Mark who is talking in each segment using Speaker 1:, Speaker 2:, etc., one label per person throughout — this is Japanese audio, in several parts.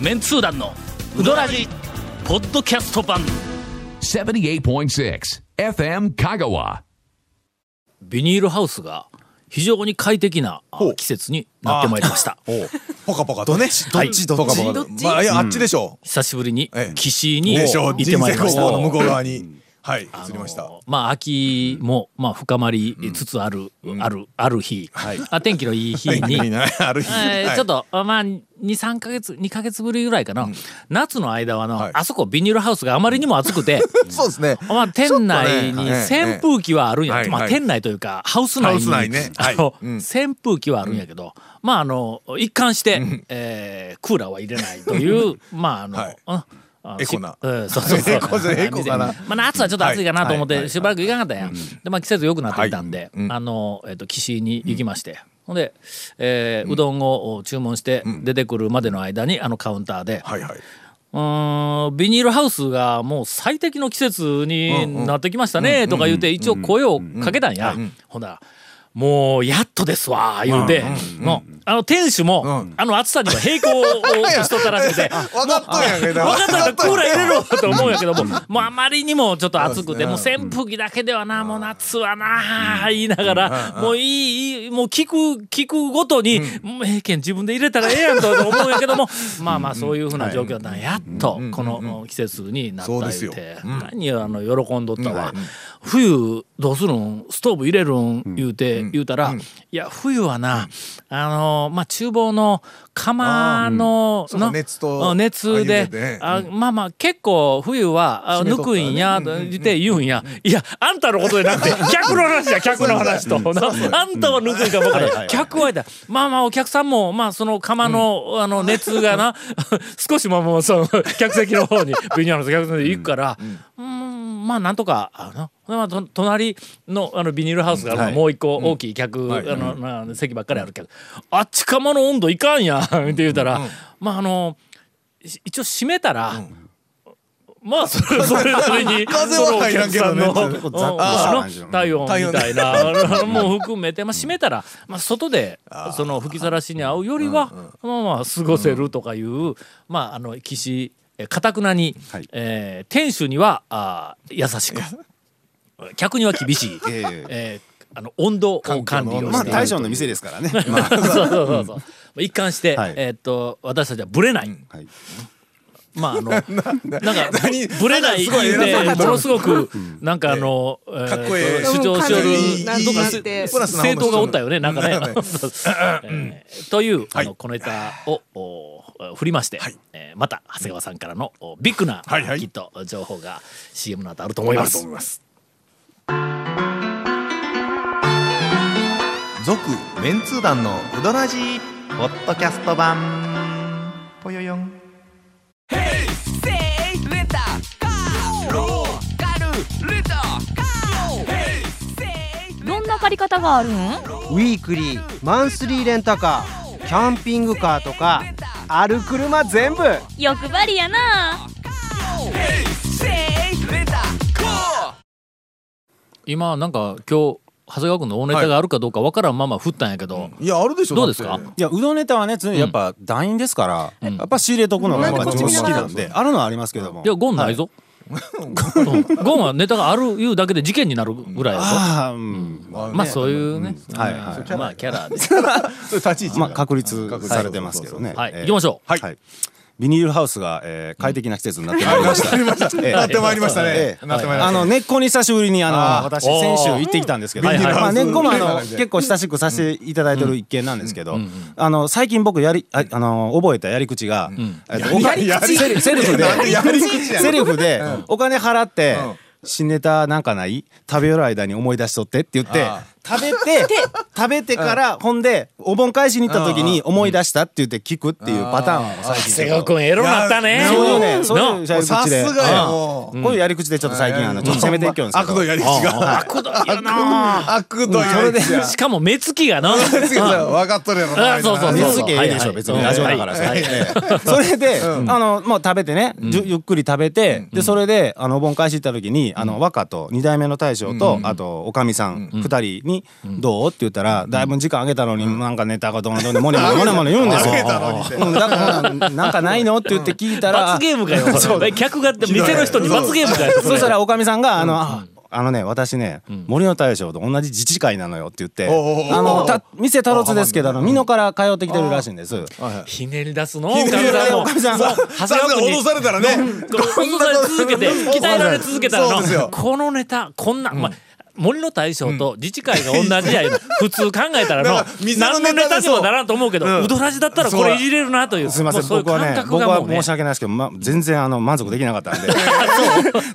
Speaker 1: メンツー団のウドラジポッドキャスト版
Speaker 2: 78.6 FM Kagawa.
Speaker 1: ビニールハウスが非常に快適なあ
Speaker 3: ほう
Speaker 1: 季節になってまいりました
Speaker 3: ポカポカとね。ど
Speaker 1: っちどっち
Speaker 3: ポカポカとまあ、いや、あっちでしょ
Speaker 1: 久しぶりに
Speaker 3: ええ
Speaker 1: 岸
Speaker 3: う。
Speaker 1: に
Speaker 3: でし
Speaker 1: 行
Speaker 3: ょう。
Speaker 1: っ
Speaker 3: 人
Speaker 1: てまいり
Speaker 3: 生
Speaker 1: ま
Speaker 3: 高
Speaker 1: し
Speaker 3: 校の向
Speaker 1: た
Speaker 3: こう側に。はい、移りました。
Speaker 1: まあ秋もまあ深まりつつある、あるある日、あ天気のいい 日に
Speaker 3: いいな、ある日。
Speaker 1: えー
Speaker 3: はい
Speaker 1: ちょっと、まあ、2、3ヶ月、2ヶ月ぶりぐらいかな。夏の間はの、
Speaker 3: はい
Speaker 1: あそこビニールハウスがあまりにも暑く て、
Speaker 3: そうですね。
Speaker 1: まあ、店内
Speaker 3: ちょっと
Speaker 1: に
Speaker 3: ねはい
Speaker 1: 扇風機はあるんや。
Speaker 3: はい
Speaker 1: まあ、
Speaker 3: はい
Speaker 1: 店内というか、ハウス内に。
Speaker 3: ハウス内ねはい
Speaker 1: あの
Speaker 3: うん
Speaker 1: 扇風機はあるんやけど、まあ、あの、一貫して、えークーラーは入れないという、 まあ、あの、
Speaker 3: はい
Speaker 1: うんあ
Speaker 3: エコな
Speaker 1: しうん、そうそうそう。
Speaker 3: エコじゃエコかな
Speaker 1: まあ、夏はちょっと暑いかなと思っ
Speaker 3: はいはい
Speaker 1: て、
Speaker 3: はい
Speaker 1: しばらく行かなかったんや。で、まあ、季節良くなってきたんで、
Speaker 3: はいうん
Speaker 1: あの、えっ、と、岸に行きまして。ほんで、えーうどんを注文して出てくるまでの間に、あのカウンターで、
Speaker 3: はいはい。
Speaker 1: うーんビニールハウスがもう最適の季節になってきましたねとか言うて一応声をかけたんや、ほんなら「もうやっとですわ」言うて、のあの店主も、
Speaker 3: うん
Speaker 1: あの暑さには平行をしとったらしく て
Speaker 3: 分かったんやけど。
Speaker 1: 分かったら
Speaker 3: 分
Speaker 1: クーラー入れろと思うんやけども、もうあまりにもちょっと暑くて、もう
Speaker 3: そうですね
Speaker 1: 扇風機だけではな、もう夏はな、言いながら、もういい、いいもう聞く、聞くごとに、もうええけん自分で入れたらええやんと思うんやけど も、まあまあそういうふうな状況だな、やっとこの季節になった
Speaker 3: そうです
Speaker 1: 言う
Speaker 3: よ
Speaker 1: て、何あの、喜んどったわ。冬どうするんストーブ入れるん言うて、言うたら、いや、冬はな、あの、まあ厨房の釜の、
Speaker 3: そうか
Speaker 1: な
Speaker 3: 熱と
Speaker 1: うん熱で
Speaker 3: あ湯でね
Speaker 1: あまあまあ結構冬はあ
Speaker 3: 締め
Speaker 1: 抜
Speaker 3: とった
Speaker 1: く
Speaker 3: らね
Speaker 1: んやって言うんやいやあんたのことで なくて客の話や客の話となあんたは抜くんかもから客はいたまあまあお客さんもまあその釜のあの熱がな 少しまあもうその客席の 方にビニールの客席に行くからうんまあなんとかあのまあと隣のあのビニールハウスがあるの
Speaker 3: はい
Speaker 1: もう一個大きい客あのまあ席ばっかりあるけどあっち釜の温度いかんやんって言うたらまああのし一応閉めたら、まあそれそれなりに
Speaker 3: 風は入らんけどね
Speaker 1: その
Speaker 3: ちょっと
Speaker 1: お客
Speaker 3: ざっ
Speaker 1: さん
Speaker 3: く
Speaker 1: の
Speaker 3: り
Speaker 1: あ
Speaker 3: した
Speaker 4: 感じの
Speaker 1: の体温みたいなもう含めて、まあ、閉めたら、まあ、外でその吹きさらしに合うよりはまあまあ過ごせるとかいう、まああの岸かたくなに、
Speaker 4: はい
Speaker 1: えー店主にはあー優しく客には厳しい、
Speaker 4: ええ
Speaker 1: えーあの温度 管理をしている
Speaker 4: まあ大将の店ですからね。まあ、
Speaker 1: そうそうそうそう。一貫して、
Speaker 4: はい
Speaker 1: えーっと私たちはブレない。
Speaker 4: はい
Speaker 1: まあ あのなんか
Speaker 3: 何
Speaker 1: ブレない
Speaker 3: なんかすごい
Speaker 1: 言う
Speaker 3: 偉そう
Speaker 1: て
Speaker 3: な
Speaker 1: ものすごくなんかあのえ
Speaker 3: かっこえ
Speaker 1: ー
Speaker 3: え
Speaker 1: と主張しよ
Speaker 3: うん
Speaker 1: る
Speaker 3: かっこいい
Speaker 1: とか
Speaker 3: なん
Speaker 1: す
Speaker 5: て
Speaker 3: プラスな方も
Speaker 1: 政党がおったよねなんかね。
Speaker 3: うんなんかね
Speaker 1: そうえーというあ
Speaker 3: はい
Speaker 1: の小ネタをお振りまして
Speaker 3: はい
Speaker 1: えーまた長谷川さんからのおビッグな
Speaker 3: はいはい
Speaker 1: きっと情報が CM の後あると思いま
Speaker 3: あると
Speaker 1: す
Speaker 3: 思い。ます。
Speaker 6: 続メンツー団のウドラジーポッドキャスト版ぽよよん
Speaker 7: どんな借り方があるん
Speaker 8: ウィークリーマンスリーレンタカーキャンピングカーとかある車全部
Speaker 7: 欲張りやな
Speaker 1: 今なんか今日長谷川君の大ネタがあるかどうかわからんまま振ったんやけど。
Speaker 3: いや、あるでしょ。
Speaker 1: どうです
Speaker 3: だ
Speaker 1: か
Speaker 3: って
Speaker 4: いやうどんネタはね常にやっぱ団員ですから、やっぱ仕入れとくのが
Speaker 3: うん
Speaker 4: まあ常識なん
Speaker 3: う
Speaker 4: で
Speaker 3: ん
Speaker 4: あるのはありますけども
Speaker 1: いや、ゴンないぞ。うん ゴンはネタがあるいうだけで事件になるぐらいやぞ。
Speaker 4: ああうん
Speaker 1: まあそういうね。
Speaker 4: はいは
Speaker 1: うんまあキャラで。
Speaker 3: そういう立ち位置。
Speaker 4: まあ確立されてますけどね
Speaker 1: はい
Speaker 4: えー
Speaker 1: 行きましょう
Speaker 4: はいはいビニールハウスがえー快適な季節になってまいりましたええ
Speaker 3: なってまいりましたね
Speaker 4: え。
Speaker 3: なってまいりま
Speaker 4: あ
Speaker 3: し
Speaker 4: の根っこに久しぶりにあの私
Speaker 1: おー
Speaker 4: 先週行ってきたんですけど、
Speaker 1: うんはいはい
Speaker 4: まあ、根っこも
Speaker 3: う
Speaker 4: あ
Speaker 3: ん
Speaker 4: の結構親しくさせていただいてる一件なんですけど、あの最近僕やりああの覚えたやり口が、えっとおか
Speaker 3: やり口
Speaker 4: セリセリフで
Speaker 3: なんでやり口じゃん
Speaker 4: セリフでお金払って、
Speaker 3: うん
Speaker 4: 新ネタなんかない食べよる間に思い出しとってって言って
Speaker 3: あ
Speaker 4: 食べて食べてからほんでお盆返しに行った時に思い出したって言って聞くっていうパターンを最 近
Speaker 1: 瀬川君エロなったね。
Speaker 4: そういうね、そう
Speaker 1: の
Speaker 4: いうや
Speaker 3: た。
Speaker 4: り
Speaker 3: さ
Speaker 4: 口
Speaker 3: す
Speaker 4: で。
Speaker 3: がやもう。
Speaker 4: こういうやり口でちょっと最近あのちょっと攻めていきよるんです
Speaker 3: 悪
Speaker 4: けど
Speaker 3: の。やり口が。
Speaker 1: 悪どいよな。
Speaker 3: 悪のやり口が。
Speaker 1: しかも目つきがな。
Speaker 3: 分かっとるやろ
Speaker 1: あそうそう
Speaker 4: 水
Speaker 1: そう
Speaker 4: 付けいいでし
Speaker 1: はいは
Speaker 4: ょ
Speaker 1: い
Speaker 4: 別にラジオだからそれ
Speaker 1: はい
Speaker 4: ええそれであのもう食べてねじゅゆっくり食べてでそれであのお盆返し行った時にあの若と二代目の大将とあとおかみさん二人に「どう?」って言ったら「だいぶ時間あげたのになんかネタがどうのどうのもねもねもねもね言うんですよ。うんだからなんかないのって言って聞いたら
Speaker 1: 罰ゲームかよ。それ客がって店の人に罰ゲームかよ。そ
Speaker 4: そ
Speaker 1: れ
Speaker 4: したらおかみさんが「あの、ああのね私ね、森の大将と同じ自治会なのよ」って言って
Speaker 3: お
Speaker 4: 「
Speaker 3: うおう
Speaker 4: あのた店たろつですけどあの美濃から通ってきてるらしいんです」
Speaker 1: ひねり出すの。
Speaker 4: ひねり出す
Speaker 1: も
Speaker 4: おかみさん
Speaker 1: もう長谷
Speaker 3: さす
Speaker 1: 川
Speaker 3: が
Speaker 1: 君に
Speaker 3: 脅されたらね
Speaker 1: こう運動され続 けて鍛えられ続けた
Speaker 3: そうです
Speaker 1: らの
Speaker 3: よ
Speaker 1: このネタこんな、まあ森の大将と自治会が同じや、普通考えたらの
Speaker 3: だから水の
Speaker 1: 何のネ
Speaker 3: ネタで
Speaker 1: タにもならんと思うけど、うどらじだったらこれいじれるなという
Speaker 4: すいません
Speaker 1: もうそういう
Speaker 4: 僕は
Speaker 1: 感
Speaker 4: ね
Speaker 1: 覚
Speaker 4: 僕
Speaker 1: が
Speaker 4: は
Speaker 1: もうね
Speaker 4: 申し訳ないですけど、ま、全然あの満足できなかったん で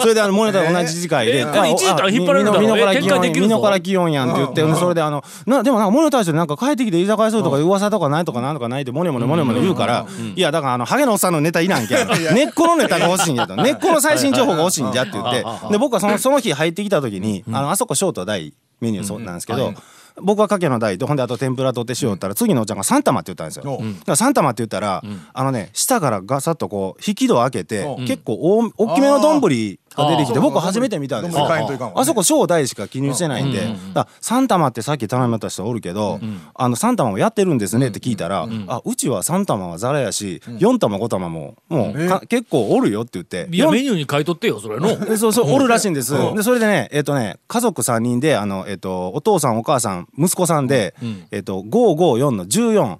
Speaker 4: それであのモニターと同じ自治会で、
Speaker 1: ー一時間引っ張られるんだ
Speaker 4: ミノ
Speaker 1: えー
Speaker 4: から
Speaker 1: 展開できるぞ
Speaker 4: 祇園美濃から祇園やんって言って、それであのなでもなんかモニターとなんか帰ってきて居酒屋するとか噂とかないとかなんとかないってモネモネモネモネ言うから、いやだからあのハゲのおっさんの ネタいらんけん根っこのネタが欲しいんやと根っこの最新情報が欲しいんじゃって言ってで僕はそのその日入ってきた時に、あのあそこショート大メニューそうなんですけど、僕はかけの大とほんであと天ぷらとお手塩ったら、次のおっちゃんが3玉って言ったんですよ、
Speaker 3: う
Speaker 4: だから3玉って言ったら、あのね下からガサッとこう引き戸を開けて、結構大大きめの丼が出てきて僕初めて見たんですよ
Speaker 3: 丼買えんといかんわね
Speaker 4: あそこ小大しか記入してないんで、だから3玉ってさっき頼まれた人おるけど、あの3玉もやってるんですねって聞いたら、あうちは3玉はざらやし、4玉5玉ももうか、結構おるよって言って
Speaker 1: いや
Speaker 4: 四
Speaker 1: メニューに書いとってよそれの。
Speaker 4: でそうそうおるらしいんです、でそれでねえっ、とね家族3人であの、えっとお父さんお母さん息子さんで、えっと554の14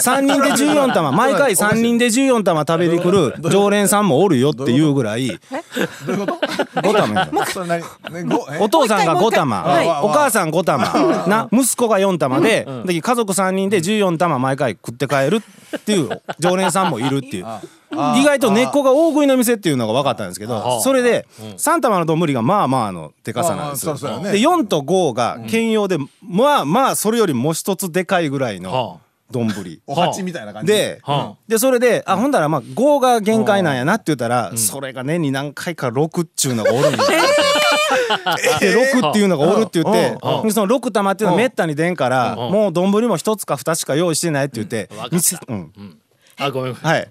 Speaker 4: 3人で14玉 毎回3人で14玉食べに来る常連さんもおるよっていうぐらい5玉
Speaker 3: それ何ねごえ
Speaker 4: お父さんが5玉、
Speaker 3: もう一回
Speaker 4: お母さん5玉な息子が4玉で,、で家族3人で14玉毎回食って帰るっていう常連さんもいるっていう。意外と根っこが大食いの店っていうのが分かったんですけどそれで3玉の丼がまあまあのでかさなんですよ
Speaker 3: まあまあそうそうやね
Speaker 4: で4と5が兼用でまあまあそれよりもう一つでかいぐらい
Speaker 1: は
Speaker 4: の
Speaker 1: あ
Speaker 4: 丼
Speaker 3: お鉢みたいな感じ
Speaker 4: で
Speaker 1: はあ
Speaker 4: でそれであほんだらまあ5が限界なんやなって言ったらそれが年に何回か6っちゅうのがおるん ですよ。 で6っていうのがおるって言ってでその6玉っていうのはめったに出んからもう丼も一つか二つしか用意してないって言って
Speaker 1: わかった
Speaker 4: 店うん
Speaker 1: あごめん
Speaker 4: はい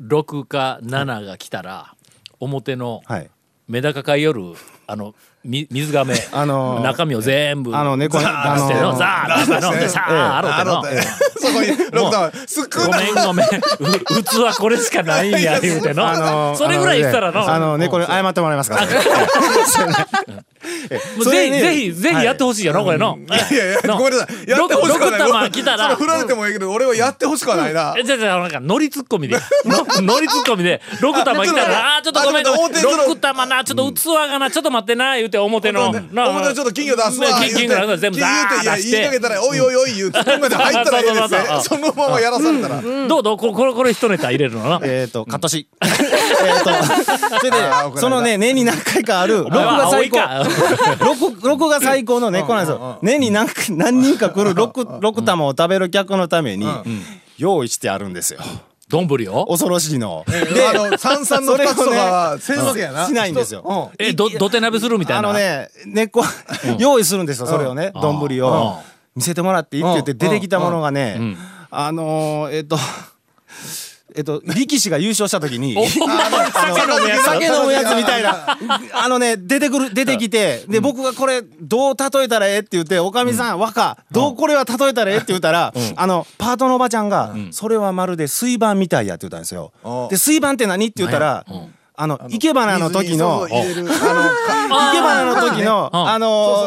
Speaker 1: 6か7が来たら表の
Speaker 4: はい
Speaker 1: メダカ買いよるあのみ水がめ、
Speaker 4: あのー
Speaker 1: 中身を全部
Speaker 4: あの猫ね
Speaker 1: ザーッして
Speaker 4: あ
Speaker 1: の
Speaker 4: のー
Speaker 1: ザーッしてのさああろうての。
Speaker 3: ええそこにロッカーすく
Speaker 1: ごめんごめんう器これしかないんや言うての、
Speaker 4: あの
Speaker 1: それぐらい言ったらの
Speaker 4: あの猫に謝ってもらいますから
Speaker 1: もう
Speaker 4: そ
Speaker 1: ぜ
Speaker 4: れ
Speaker 1: ひ
Speaker 4: ね
Speaker 1: ぜひぜひやってほしいやろ、これの
Speaker 3: いやいやごめんなさいやってほしくはない
Speaker 1: 6玉来た
Speaker 3: それ
Speaker 1: ら
Speaker 3: 振られてもいいけど俺はやってほしくはないな
Speaker 1: えじゃあじゃあなんかノリツッコミで のノリツッコミで6玉来たらあーちょっとごめん
Speaker 3: あちょっと
Speaker 1: ごめん
Speaker 3: 表の
Speaker 1: 6玉なちょっと器がなちょっと待ってな言うて表の
Speaker 3: ね
Speaker 1: な
Speaker 3: お前ちょっと金魚出すわ
Speaker 1: ね金
Speaker 3: 言うて
Speaker 1: 魚出す全部ザ
Speaker 3: 金魚言うてい
Speaker 1: ー
Speaker 3: や
Speaker 1: ッ出し
Speaker 3: 言いかけ
Speaker 1: て
Speaker 3: たら「おいおいおい」言うて今まで入ったらいいですね
Speaker 1: そうそうそうそ
Speaker 3: そのままやらされたら
Speaker 1: どうどうここれこれ一ネタ入れるの な
Speaker 4: えっとカットしえっと それで
Speaker 3: あー怒られた
Speaker 4: そのね年に何回かある6が最高
Speaker 1: あ青いか
Speaker 4: 六六が最高の猫なんですよ。年に何回何人か来る六六玉を食べる客のために用意してあるんですよ。
Speaker 1: どんぶりを
Speaker 4: 恐ろしいの。
Speaker 3: であの三三の二つとかは先生やな
Speaker 4: しないんですよ。
Speaker 1: えどどて鍋するみたい
Speaker 4: あ
Speaker 1: な
Speaker 4: の ね猫用意するんですよそれをね丼を見せてもらっていいって言って出てきたものがねあのーえっと。えっと、力士が優勝した時に
Speaker 1: 酒飲むやつ
Speaker 4: 酒飲むやつみたいな あのね出てくる出てきてで僕がこれどう例えたらええって言っておかみさん若どうこれは例えたらええって言ったらあのパートのおばちゃんが「それはまるで水盤みたいや」って言ったんですよ
Speaker 3: お。
Speaker 4: で水盤って何って言ったらあの生け花の時の
Speaker 3: 水にそう入れるあのか
Speaker 1: あー
Speaker 4: 生け花の時の、
Speaker 1: うん
Speaker 4: あの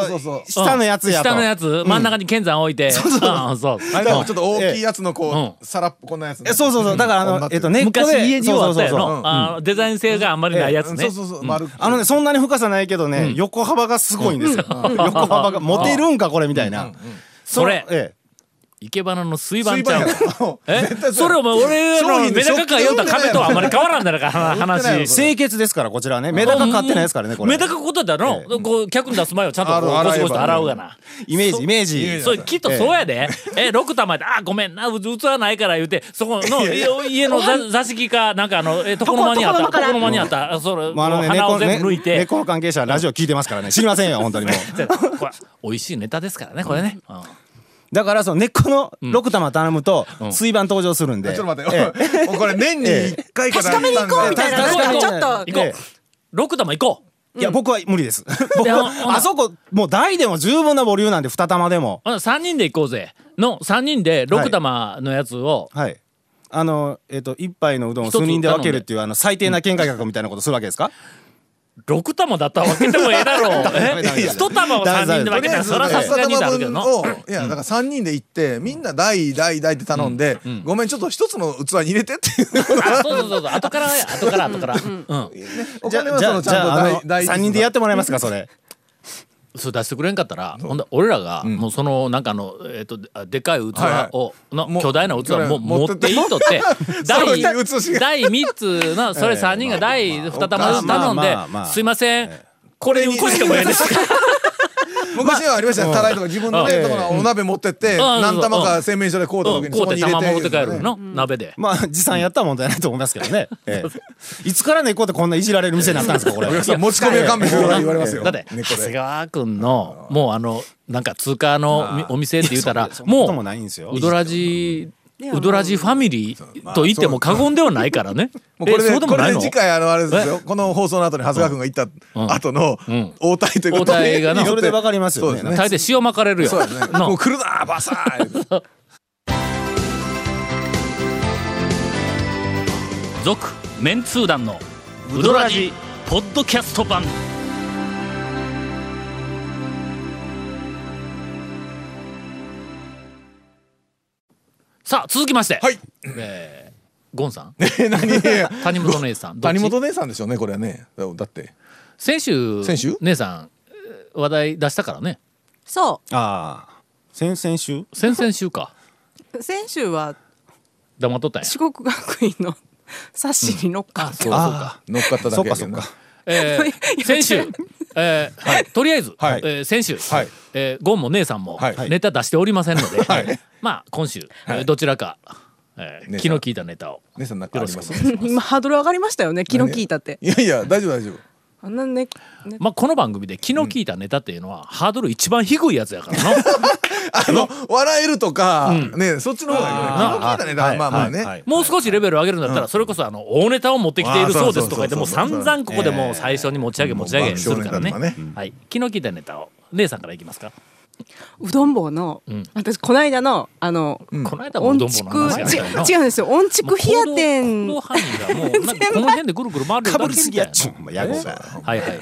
Speaker 3: そうそうそうそう
Speaker 4: 下のやつやと。
Speaker 1: 下のやつ真ん中に剣山置いて、うん、そうそうそう
Speaker 3: あれもちょっと大きいやつのこ
Speaker 1: う
Speaker 3: う皿っぽこんなやつね
Speaker 4: えそうそうそう。だからあ
Speaker 3: 女
Speaker 4: の
Speaker 3: って
Speaker 4: えっと根っこで
Speaker 1: 昔家にはあったや
Speaker 4: そうそうそう
Speaker 1: ろ、
Speaker 4: そう
Speaker 1: あーデザイン性があんまりないやつ
Speaker 3: うん
Speaker 1: ね、
Speaker 3: そうそうそう丸く
Speaker 4: あのねそんなに深さないけどね、横幅がすごいんですよ。横幅がモテるんかこれみたいな。
Speaker 1: それ
Speaker 4: のええ
Speaker 1: 生け花の水盤
Speaker 3: 水
Speaker 1: ちゃ
Speaker 3: 盤
Speaker 1: う
Speaker 3: や
Speaker 1: の
Speaker 3: ろ
Speaker 1: え
Speaker 3: 絶対
Speaker 1: それお前俺
Speaker 3: 商
Speaker 1: の
Speaker 3: 品で
Speaker 1: メダカ買いよった亀とはあんまり変わらんだろか
Speaker 3: 売ってないよ
Speaker 1: 話
Speaker 3: それ
Speaker 4: 清潔ですからこちらはね。メダカ買ってないですからねこれ。
Speaker 1: メダカことだろ、こう客に出す前はちゃんとこう
Speaker 3: ある
Speaker 1: ゴシゴシと洗
Speaker 3: 洗えば
Speaker 1: うがな
Speaker 4: イメージイメージ。
Speaker 1: そうきっとそうやでえ6玉で「あーごめんなう器ないから」言うてそこの家の座座敷かなんかあのえ床の間にあった床の間にあったそれ
Speaker 4: まああのね
Speaker 1: 花を
Speaker 4: 猫
Speaker 1: 全部抜い
Speaker 4: ね
Speaker 1: て
Speaker 4: 猫の関係者はラジオ聞いてますからね知り ませんよ本当にもう。
Speaker 1: じゃあこれ美味しいネタですからねこれね、うん
Speaker 4: だからその根っこの六玉頼むと水盤登場するんで。
Speaker 3: ちょっと 待っ
Speaker 4: ええ
Speaker 3: ておいこれ年に一回から
Speaker 5: 確かめに行こうみたいな
Speaker 4: ええ
Speaker 5: なんかちょっ
Speaker 4: ええ
Speaker 5: と
Speaker 1: 行こう
Speaker 4: ええ
Speaker 1: 6玉行こう
Speaker 4: いや、僕は無理です。 僕
Speaker 1: でほん
Speaker 4: は、あそこ、もう大でも十分なボリュームなんで、二玉でも。
Speaker 1: ほな3人で行こうぜの3人で6玉のやつを、
Speaker 4: はい。あの、えっ、と、一杯のうどんを数人で分けるっていう、あの、最低な喧嘩客みたいなことするわけですか
Speaker 1: 6玉だったら分けてもええだろ う
Speaker 4: メダメ
Speaker 1: え一玉を3人で分けたらそらさすがになるけどな
Speaker 3: をいやだから3人で行ってみんな「大大大」って頼んで「ごめんちょっと一つの器に入れて」っていう
Speaker 1: あそうそうそうそう後から後から後からうん
Speaker 3: お
Speaker 4: じゃ
Speaker 3: 金は
Speaker 4: あ、じ
Speaker 3: そ
Speaker 4: ゃ
Speaker 3: の
Speaker 4: あ、
Speaker 3: ち
Speaker 4: じゃあ
Speaker 3: ゃん
Speaker 4: あ
Speaker 3: と大
Speaker 4: の、三人でやってもらえますか、そ れ。
Speaker 1: それ出してくれんかったらほんで俺らがもうそのなんかあのえっとあでかい器
Speaker 3: はい
Speaker 1: をの
Speaker 3: もう
Speaker 1: 巨大な器をもう
Speaker 3: 持っ
Speaker 1: 持
Speaker 3: て
Speaker 1: っていいとって 第
Speaker 3: そういう写しが
Speaker 1: 第3つ のそれ3人が第2玉ずつ頼ん
Speaker 4: まあ
Speaker 1: で
Speaker 4: まあまあ
Speaker 1: 「すいませんこれにこしてもええですか?」
Speaker 3: 昔はありましたねたらいとか自分のねとこのお鍋持ってって
Speaker 1: うん
Speaker 3: 何玉か洗面所で買うた時に
Speaker 1: こ
Speaker 3: そうこ
Speaker 1: って
Speaker 3: に入
Speaker 1: 玉持
Speaker 3: れ
Speaker 1: ってて帰るの鍋で。
Speaker 4: まあ、持参やったら問題ないと思いますけど ね。ええいつから猫ってこんないじられる店になったんですか、これ。
Speaker 3: お客さん持ち込みは勘弁してください言われますよ
Speaker 1: だって
Speaker 3: ね
Speaker 1: 長谷川君のもうあのなんか通貨のみお店って言ったら
Speaker 4: そんなこと
Speaker 1: も
Speaker 4: もないんですよ
Speaker 1: うウ。ドラジウドラジファミリーと言っても過言ではないからね。
Speaker 3: もうこれ
Speaker 1: えそう
Speaker 3: で
Speaker 1: で
Speaker 3: こ
Speaker 1: もない
Speaker 3: れで
Speaker 1: の
Speaker 3: 次回あのあれですよこの放送の後に長谷川君が行った後の応対ということ
Speaker 1: 応対がな
Speaker 4: それでわかりますよ
Speaker 3: そ
Speaker 4: ね
Speaker 3: うですね
Speaker 1: 大抵塩まかれるよ。
Speaker 3: そうですね
Speaker 1: の
Speaker 3: もう来るなバサー
Speaker 1: 続メンツー団のウドラジポッドキャスト版さあ続きまして、
Speaker 3: はい
Speaker 1: えーゴンさん
Speaker 3: え 何
Speaker 1: 谷本姉 さんどっち
Speaker 3: 谷本姉さんでしょうねこれはねだだって
Speaker 1: 先週
Speaker 3: 先週
Speaker 1: 姉さんえー話題出したからね
Speaker 5: そ
Speaker 4: ああ。先々週
Speaker 1: 先々週か
Speaker 5: う先週は
Speaker 1: 黙っとったんや
Speaker 5: 四国学院の冊子に乗っかって、
Speaker 3: そうそうか乗っかっただけやけどな
Speaker 4: そっかそっ
Speaker 1: えー先週、えーはい、とりあえず、
Speaker 3: はい
Speaker 1: えー先週、
Speaker 3: はい
Speaker 1: えーゴンも姉さんも
Speaker 3: はい
Speaker 1: ネタ出しておりませんので、
Speaker 3: はい
Speaker 1: まあ今週、
Speaker 3: は
Speaker 1: え
Speaker 3: い
Speaker 1: ーどちらか、えー
Speaker 3: 姉
Speaker 1: 気
Speaker 3: さん
Speaker 1: の利いたネタを。
Speaker 3: 姉さんなんかあります
Speaker 1: よろ
Speaker 5: 今ハードル上がりましたよね気の利いたって
Speaker 3: いやいや大丈夫大丈夫
Speaker 5: あんなねね
Speaker 1: まあ、この番組で気の利いたネタっていうのは、ハードル一番低いやつやからな
Speaker 3: あの笑えるとかねそっちの方がいいよね
Speaker 1: あー
Speaker 3: 気の利いたねだからまあまあね
Speaker 1: もう少しレベル上げるんだったらそれこそあの大ネタを持ってきているそうですとか言って
Speaker 3: あー
Speaker 1: もう
Speaker 3: そうそうそ
Speaker 1: 散
Speaker 3: うそう
Speaker 1: 々ここでもう最初に持ち上げ持ち上げするからね,、
Speaker 3: もう爆笑ネタと
Speaker 1: はい、気の利いたネタを姉さんからいきますか、
Speaker 5: うどん坊の、私この間のあの、
Speaker 1: この間もう
Speaker 5: 音
Speaker 1: どん
Speaker 5: 畜
Speaker 1: ぼの話やったよな
Speaker 5: 違う違うんですよ音畜冷や店
Speaker 1: もう行動行動範囲がもうなんかこの辺でぐるぐる回るだ
Speaker 4: か
Speaker 1: け
Speaker 4: ぶ
Speaker 1: み
Speaker 4: り
Speaker 1: たい
Speaker 4: すぎ
Speaker 1: な
Speaker 4: やっちゅう。お前やめさ。
Speaker 1: はいはい。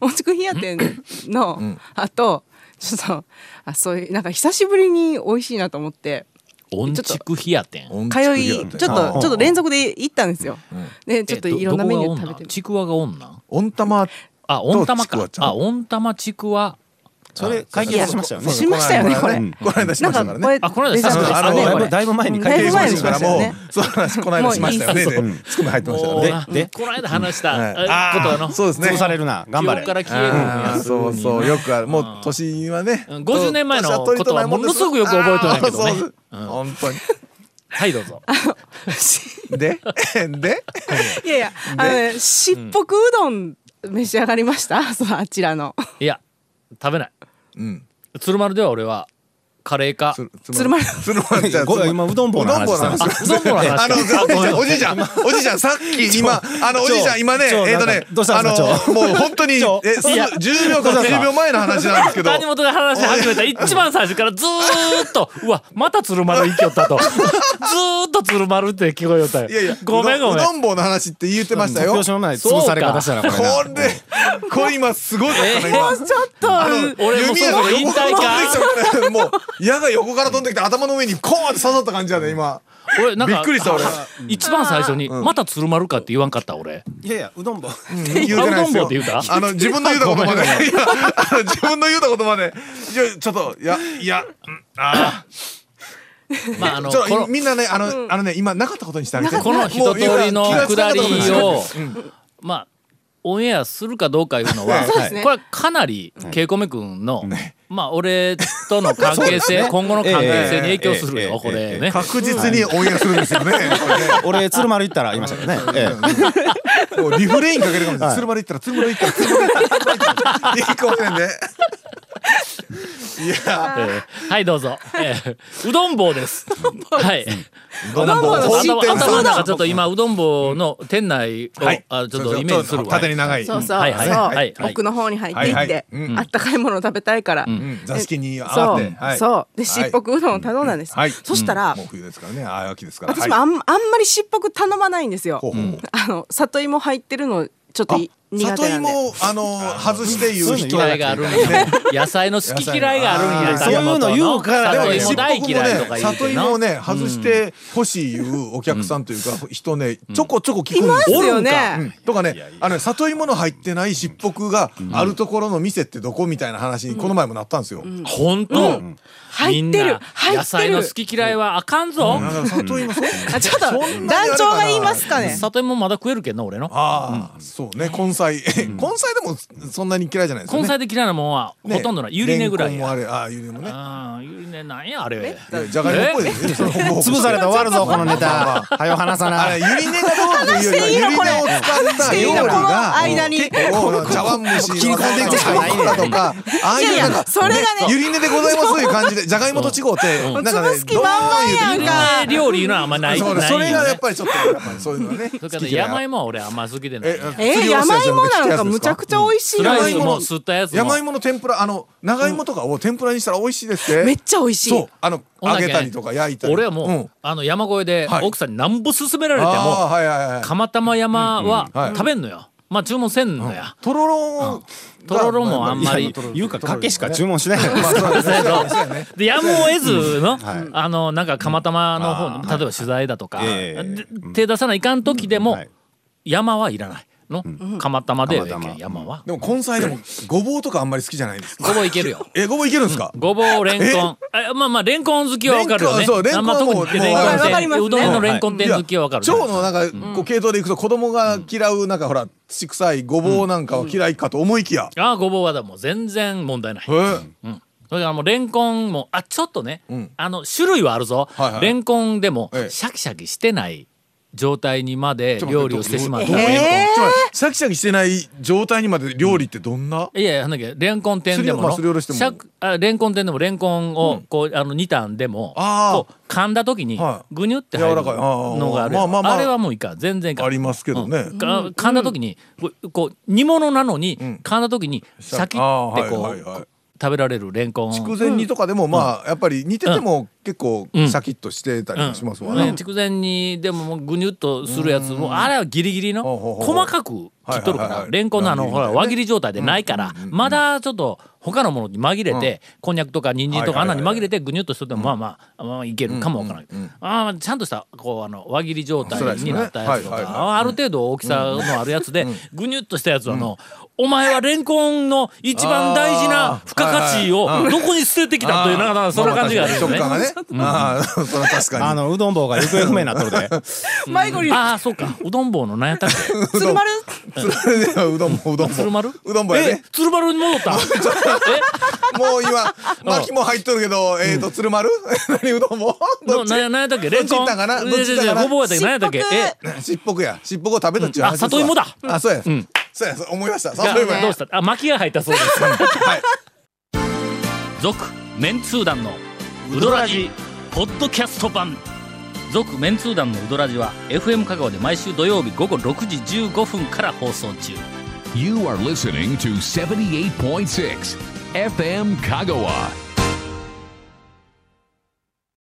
Speaker 5: 音畜冷や店の、あとちょっとあそういうなんか久しぶりに美味しいなと思って
Speaker 1: 音畜冷や店。
Speaker 3: 音
Speaker 5: 通
Speaker 3: 痴
Speaker 5: い
Speaker 3: 気
Speaker 5: ち
Speaker 3: や
Speaker 5: ょ
Speaker 3: っ
Speaker 5: ってとちょっと連続で行ったんですよ、でちょっといろんなメニュー食べてる
Speaker 1: ちくわが女。
Speaker 3: 温玉
Speaker 1: あ、温玉
Speaker 3: ちくわ
Speaker 1: か
Speaker 3: ち。ゃん
Speaker 1: あ、温玉ちくわ。
Speaker 4: それ、解
Speaker 5: いや
Speaker 4: 決しましたよね。
Speaker 5: しましたよねこれ、
Speaker 3: この間しましたからね
Speaker 5: れ
Speaker 1: あこれ
Speaker 5: レジャー
Speaker 1: そう
Speaker 5: です
Speaker 1: あ
Speaker 5: か
Speaker 1: の
Speaker 5: ね
Speaker 4: だい
Speaker 5: これ
Speaker 4: ぶだいぶ前に
Speaker 5: だい
Speaker 4: 解
Speaker 5: ぶ
Speaker 4: 決しま
Speaker 5: 前
Speaker 4: した
Speaker 5: にし
Speaker 3: から
Speaker 5: ました
Speaker 3: も
Speaker 5: よね
Speaker 3: うそう話この間しましたよね
Speaker 5: もういい
Speaker 3: でつくの入ってましたから
Speaker 1: お
Speaker 3: ね
Speaker 1: ー
Speaker 4: でで
Speaker 1: この間話した
Speaker 3: はい
Speaker 1: えことの。
Speaker 3: そうですね
Speaker 4: 潰されるな。頑張れ
Speaker 1: 記憶か。ら消えるん
Speaker 3: あ
Speaker 1: や
Speaker 3: ーそうそうよくあるもう年はね
Speaker 1: うん50年前のことはものすごくよく覚えてないけどね
Speaker 3: あーそう本当に
Speaker 1: はい、どうぞ。
Speaker 3: で で
Speaker 5: いやいやあのねしっぽくうどん召し上がりました、そうあちらの
Speaker 1: いや、食べない。
Speaker 3: うん
Speaker 1: 鶴丸では俺は、カレーか。
Speaker 5: 鶴丸
Speaker 3: つるまるじゃあ
Speaker 4: ごめん今うどん坊の話
Speaker 3: うどん坊の
Speaker 1: あ、
Speaker 3: 話
Speaker 1: そうなの話か
Speaker 3: あの、おじいちゃん、おじいちゃん、さっき今、あの、おじいちゃん、今ね、
Speaker 4: ちょ
Speaker 3: えっとね
Speaker 4: なんかどうし、た
Speaker 3: あ
Speaker 4: んですかち
Speaker 3: の、
Speaker 4: ょ
Speaker 3: もう本当に、え、
Speaker 4: ちょ
Speaker 3: す
Speaker 1: いや
Speaker 3: 10秒か10秒前の話なんですけど、
Speaker 1: 谷本が話し始めた一番最初からずーっと、うわ、また鶴丸行きよ ったと。ずーっと鶴丸って聞こえよったよ
Speaker 3: いやいや、
Speaker 1: ごめんご
Speaker 3: う
Speaker 1: めん
Speaker 3: ど。ん坊の話って言ってましたよ。
Speaker 4: 広
Speaker 3: こ
Speaker 4: 島まで潰され方したら、これな。
Speaker 3: れ、これ今すごかったね、今。
Speaker 5: ちょっと
Speaker 1: 俺もうそろそろ引退か
Speaker 3: かもう、矢が横から飛んできて、頭の上にコーンって刺さった感じやね、今。
Speaker 1: 俺なんか
Speaker 3: びっくりした俺
Speaker 1: 一番最初に「また鶴丸か」って言わんかった俺
Speaker 4: いやいや、うどん坊。
Speaker 3: 言うてないです
Speaker 1: あうどん坊っ
Speaker 3: よ
Speaker 1: て言うた
Speaker 3: あの、自分の言うたことまで。いやあの 自分の言うたことまで。いや、ちょっと、いや、いや、うんあ
Speaker 1: まああ
Speaker 3: あ。
Speaker 1: の
Speaker 3: ちょっと、
Speaker 1: こ
Speaker 3: みんなね、あの、あのね、今、なかったことにしてあげて。
Speaker 1: のこの一通りの
Speaker 3: もう今気が
Speaker 1: 下
Speaker 3: つかなかったことにし
Speaker 1: り
Speaker 3: てあげて
Speaker 1: をまあオンエアするかどうかいうのは
Speaker 5: そうですね
Speaker 1: これはかなりケイコメ君のまあ俺との関係性今後の関係性に影響する
Speaker 4: えええ
Speaker 1: よ
Speaker 4: え
Speaker 1: こ
Speaker 4: え
Speaker 1: れ
Speaker 4: え
Speaker 1: ね。
Speaker 3: 確実にオンエアするんで すよね。
Speaker 4: 俺、鶴丸行ったら、言いましたけどね。ええ
Speaker 3: これねもうリフレインかけるかもしれない。鶴丸行ったら、鶴丸行ったら、鶴丸行ったら。いいかもしれんね。いや、
Speaker 1: ええはいどうぞ、ええうどん坊ですはい
Speaker 3: どん
Speaker 5: なんか
Speaker 3: 本
Speaker 5: 知っ
Speaker 3: 店
Speaker 5: て
Speaker 3: さ
Speaker 5: ん
Speaker 3: ん
Speaker 5: だ
Speaker 1: 頭の中ちょっと今うどん坊の店内を、
Speaker 3: はい
Speaker 1: あちょっとイメージするわ。
Speaker 3: 縦に長い
Speaker 5: そうそう、
Speaker 1: はいはい
Speaker 5: そう、
Speaker 1: はいはい
Speaker 5: 奥の方に入っていって、
Speaker 3: はいはいうん
Speaker 5: あったかいものを食べたいから、
Speaker 3: うん座敷にあ
Speaker 5: そ
Speaker 3: っ
Speaker 5: う、
Speaker 3: てはい
Speaker 5: そう
Speaker 3: は
Speaker 5: で
Speaker 3: い
Speaker 5: しっぽくうどんを頼んだんです、
Speaker 3: はい
Speaker 5: そしたら、
Speaker 3: もう冬ですからねあ秋ですから
Speaker 5: 私もあん,、あんまりしっぽく頼まないんですよ、
Speaker 3: ほうほうほう
Speaker 5: あの里芋入ってるのちょっとい苦手なんで
Speaker 3: 里芋をあの外して言う人
Speaker 1: 嫌いがあるんや。野菜の好き嫌いがあるんや。
Speaker 3: 野
Speaker 4: 菜のあーそういうの言うから
Speaker 1: 里
Speaker 3: ね
Speaker 1: 芋大嫌いとか言う
Speaker 3: 里
Speaker 1: てな
Speaker 3: 芋をね外してほしいいうお客さんというか人ねちょこちょこ聞
Speaker 5: い
Speaker 3: くん
Speaker 5: ま
Speaker 3: ですすよ。
Speaker 5: よね
Speaker 3: うんとかねあのね里芋の入ってないしっぽくがあるところの店ってどこみたいな話にこの前もなったんですよ。
Speaker 1: 本当。み
Speaker 5: 入
Speaker 1: ん
Speaker 5: ってる
Speaker 1: な
Speaker 5: 入
Speaker 1: 野
Speaker 5: ってる
Speaker 1: 菜の好き嫌いはあかんぞ。
Speaker 3: だから里芋そう
Speaker 5: あちょっと
Speaker 3: そんなにあれかな
Speaker 5: 団長が言いますかね
Speaker 1: 里芋まだ食えるけんな俺の。
Speaker 3: ああそうね根菜根菜でもそんなに嫌いじゃないですよ
Speaker 1: 根
Speaker 3: ね。
Speaker 1: 菜で嫌いなもんは
Speaker 3: ね
Speaker 1: ほとんどない。ゆり根ぐら
Speaker 3: レ
Speaker 1: い
Speaker 3: ンコンも
Speaker 1: や。
Speaker 3: あれああゆり根もね。
Speaker 1: あゆり根なんやあれ。
Speaker 3: じゃがいもっぽいですね。そのほぼほぼ
Speaker 4: 潰されたら終わるぞこのネ タはよ話さ
Speaker 3: あ
Speaker 4: な
Speaker 3: れ
Speaker 4: い
Speaker 3: ゆり根がどうっていうよりはゆり根を使った料理
Speaker 5: 話していいのこ
Speaker 3: が
Speaker 5: の間に
Speaker 3: 結構茶碗蒸し
Speaker 4: 切り込んでいくしかないね
Speaker 3: だとかああいうなん
Speaker 5: いやいや
Speaker 3: か
Speaker 5: それがね
Speaker 3: ゆり根でございますという感じでじゃがいもと違うってなんかね
Speaker 5: 潰す気満々やんか
Speaker 1: ゆり根料理いうのはあんまない。
Speaker 3: そう
Speaker 1: ない
Speaker 3: それが
Speaker 1: よ
Speaker 3: や
Speaker 1: ね
Speaker 3: っぱりちょっとやっぱりそういうのはね
Speaker 1: それからね山芋は俺あんま好きでない。
Speaker 5: えー、山芋なんかむちゃくちゃ美味しい
Speaker 1: ス
Speaker 5: の
Speaker 1: ライ
Speaker 3: 山
Speaker 1: ス
Speaker 3: 芋の
Speaker 1: も吸ったやつも。
Speaker 3: 山芋の天ぷらあの長芋とかを天ぷらにしたら美味しいですって
Speaker 5: めっちゃ美味しい
Speaker 3: そうあの
Speaker 1: ほん
Speaker 3: 揚
Speaker 1: だけ
Speaker 3: げたりとか焼いたり
Speaker 1: 俺はもう、
Speaker 3: ん
Speaker 1: あの山越えで
Speaker 3: はい
Speaker 1: 奥さんになんぼ勧められても、
Speaker 3: あーはいはいはい
Speaker 1: 釜玉山は
Speaker 3: うんはい
Speaker 1: 食べんのよ。まあ注文せんのや。
Speaker 3: とろろ
Speaker 1: とろろもあんまり
Speaker 4: 言うかかけしか注文し ないよ
Speaker 3: まあそうですねそうですね
Speaker 1: でやむを得ず の、あのなんか釜玉の方に、例えば取材だとか、
Speaker 4: ええ
Speaker 1: で手出さないかん時でも、
Speaker 4: はい
Speaker 1: 山はいらないの、釜玉でええけん
Speaker 4: 釜玉
Speaker 1: 山は。
Speaker 3: でも根菜でもごぼうとかあんまり好きじゃないです
Speaker 1: ごぼういけるよ。
Speaker 3: えごぼういけるんですか
Speaker 1: ごぼう、レンコン。あまあまあ、レンコン好きはわかるよ
Speaker 3: レ
Speaker 1: ね。
Speaker 3: ンコンそうレンコン
Speaker 1: あんま特に
Speaker 3: もう
Speaker 1: レンコン
Speaker 5: わかりま
Speaker 1: 店、
Speaker 5: すね
Speaker 1: うどん屋のレンコン店好きはわかるね、
Speaker 3: 腸のなんかこう系統でいくと子供が嫌うなんかほら土臭いごぼうなんかは嫌いかと思いきや
Speaker 1: ああ、ごぼうはだもう全然問題ない。
Speaker 3: へえ
Speaker 1: それからもうレンコンもあちょっとね、
Speaker 3: うん
Speaker 1: あの種類はあるぞ、
Speaker 3: はいはい
Speaker 1: レンコンでもシ
Speaker 3: ええ
Speaker 1: ャキシャキしてない状態にまで料理をしてしまう
Speaker 3: どういうことちょっと待ってシャキシャキしてない状態にまで料理ってどんない
Speaker 1: やいやなんだっけレンコン店でも
Speaker 3: すりお
Speaker 1: の
Speaker 3: ろまあすりおろしても
Speaker 1: シャクあレンコン店でもレンコンをこう、あの2段でも
Speaker 3: あー
Speaker 1: こう噛んだ時に
Speaker 3: はい
Speaker 1: ぐにゅって入る
Speaker 3: 柔らかいあー
Speaker 1: のがあるやん
Speaker 3: まあまあまあ
Speaker 1: あれはもういいか全然いいか
Speaker 3: ありますけどね
Speaker 1: うんか噛んだ時にこうこう煮物なのに噛んだ時にシャキってこう、
Speaker 3: あーはいはいはい
Speaker 1: 食べられるレンコン
Speaker 3: 筑前煮とかでもまあやっぱり似てても結構シャキッとしてたりしますわ
Speaker 1: ね
Speaker 3: ね
Speaker 1: 筑前煮でもぐにゅっとするやつもあれはギリギリの
Speaker 3: ほうほうほう
Speaker 1: 細かく切っとるか
Speaker 3: はいはいはい
Speaker 1: ら
Speaker 3: はい
Speaker 1: レンコンのあの
Speaker 3: 乱切
Speaker 1: ほら
Speaker 3: りみたいなね
Speaker 1: 輪切り状態でないからまだちょっと他のものに紛れてこんにゃくとか人参とかあん
Speaker 3: はい
Speaker 1: な
Speaker 3: はいはい
Speaker 1: に紛れてぐにゅっとしとってもまあまあまあいけるかもわからないああちゃんとしたこうあの輪切り状態になったやつと
Speaker 3: そうですねはいはいはい
Speaker 1: かある程度大きさのあるやつでぐにゅっとしたやつはのお前はレンコンの一番大事な付加価値をどこに捨ててきたというなんかそんな感じがあるよ
Speaker 3: 食
Speaker 1: ね。
Speaker 3: 感がねああそれは確か
Speaker 4: あ
Speaker 3: に
Speaker 4: のうどん棒が行方不明になっとるで
Speaker 5: 迷子に
Speaker 1: ああそうかうどん坊の何や ったっけ
Speaker 5: 鶴丸
Speaker 3: それではうどんもうどんも
Speaker 1: 鶴丸
Speaker 3: うどんもやね
Speaker 1: え鶴丸に戻 った
Speaker 3: もう今巻も入っとるけどえーと鶴丸 何う どんも
Speaker 1: え
Speaker 3: どっ
Speaker 1: の
Speaker 3: ち
Speaker 1: な何やったっけレンコン
Speaker 3: どっち行ったかな
Speaker 1: で
Speaker 3: どっち行ったかな
Speaker 1: ででごぼうやったっけ何やったっけ
Speaker 5: しっぽ
Speaker 1: え
Speaker 3: しっぽく
Speaker 5: く
Speaker 3: やしっぽくを食べたっちゅう
Speaker 1: うん
Speaker 3: 話ですわ
Speaker 1: あ里芋だ
Speaker 3: あそうや
Speaker 1: ん
Speaker 3: そうやそう思いました
Speaker 1: が
Speaker 3: 里芋や
Speaker 1: どうしたあ巻きが入ったそうです
Speaker 3: はい
Speaker 1: 続メンツー団のウドラジポッドキャスト版続メンツー団のウドラジは FM 香川で毎週土曜日午後6時15分から放送中
Speaker 2: You are listening to 78.6 FM Kagawa.